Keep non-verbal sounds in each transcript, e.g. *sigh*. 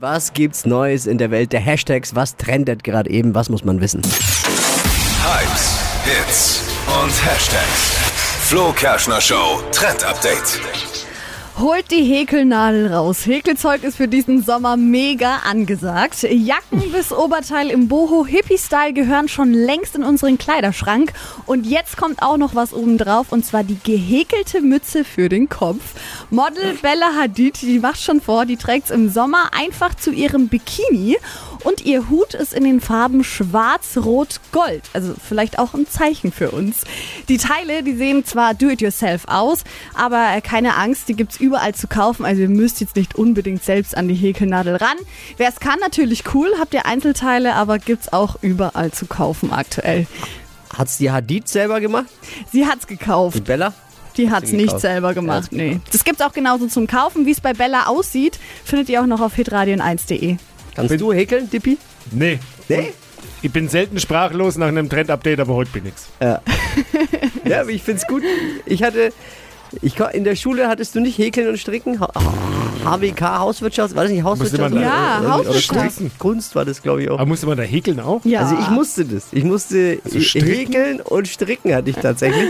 Was gibt's Neues in der Welt der Hashtags? Was trendet gerade eben? Was muss man wissen? Hypes, Hits und Hashtags. Flo Kerschner Show Trend Update. Holt die Häkelnadel raus. Häkelzeug ist für diesen Sommer mega angesagt. Jacken bis Oberteil im Boho Hippie-Style gehören schon längst in unseren Kleiderschrank. Und jetzt kommt auch noch was obendrauf und zwar die gehäkelte Mütze für den Kopf. Model Bella Hadid, die macht schon vor, die trägt's im Sommer einfach zu ihrem Bikini. Und ihr Hut ist in den Farben schwarz, rot, gold. Also vielleicht auch ein Zeichen für uns. Die Teile, die sehen zwar do-it-yourself aus, aber keine Angst, die gibt's überall zu kaufen. Also ihr müsst jetzt nicht unbedingt selbst an die Häkelnadel ran. Wer es kann, natürlich cool. Habt ihr Einzelteile, aber gibt's auch überall zu kaufen aktuell. Hat's die Hadid selber gemacht? Sie hat's gekauft. Und Bella? Die hat's sie nicht gekauft? selber Ja, genau. gemacht, hat's nee. Das gibt's auch genauso zum Kaufen. Wie es bei Bella aussieht, findet ihr auch noch auf hitradion1.de. Kannst du häkeln, Dippi? Nee. *laughs* Nee? Ich bin selten sprachlos nach einem Trend-Update, aber heute bin ich's. Ja, aber ich find's gut. Ich hatte. Ich, ko- in der Schule hattest du nicht Häkeln und Stricken? Ha- HWK, Hauswirtschaft, war das nicht Hauswirtschaft? man da- Ja, oder- oder Hauswirtschaft. Kunst- Kunst war das, glaube ich, auch. Aber musste man da häkeln auch? Ja. Also ich musste das. Ich musste Also stricken? häkeln und stricken hatte ich tatsächlich.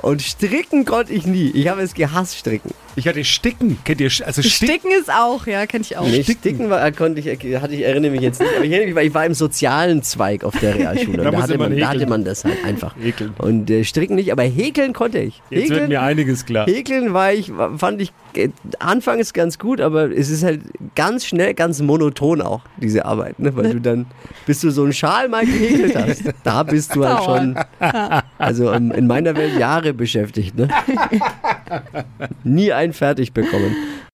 Und stricken konnte ich nie. Ich habe es gehasst, stricken. Ich hatte Sticken. Kennt ihr? Sch- Also Stick Sticken ist auch, ja, kenne ich auch. Nee, Sticken? sticken war, konnte ich, äh, hatte ich erinnere mich jetzt nicht. Aber ich erinnere mich, weil ich war im sozialen Zweig auf der *laughs* Realschule. Da Und da, musste hatte man man, da hatte häkeln. man das halt einfach. Häkeln. Und äh, stricken nicht, aber häkeln konnte ich. Jetzt wird mir einiges klar. Häkeln war ich, fand ich, äh, Anfang ist ganz gut, aber es ist halt ganz schnell, ganz monoton auch, diese Arbeit, ne? weil du dann, bis du so einen Schal mal gehäkelt *laughs* hast, da bist du halt schon, also ähm, *laughs* in meiner Welt Jahre beschäftigt, ne? nie einen fertig bekommen.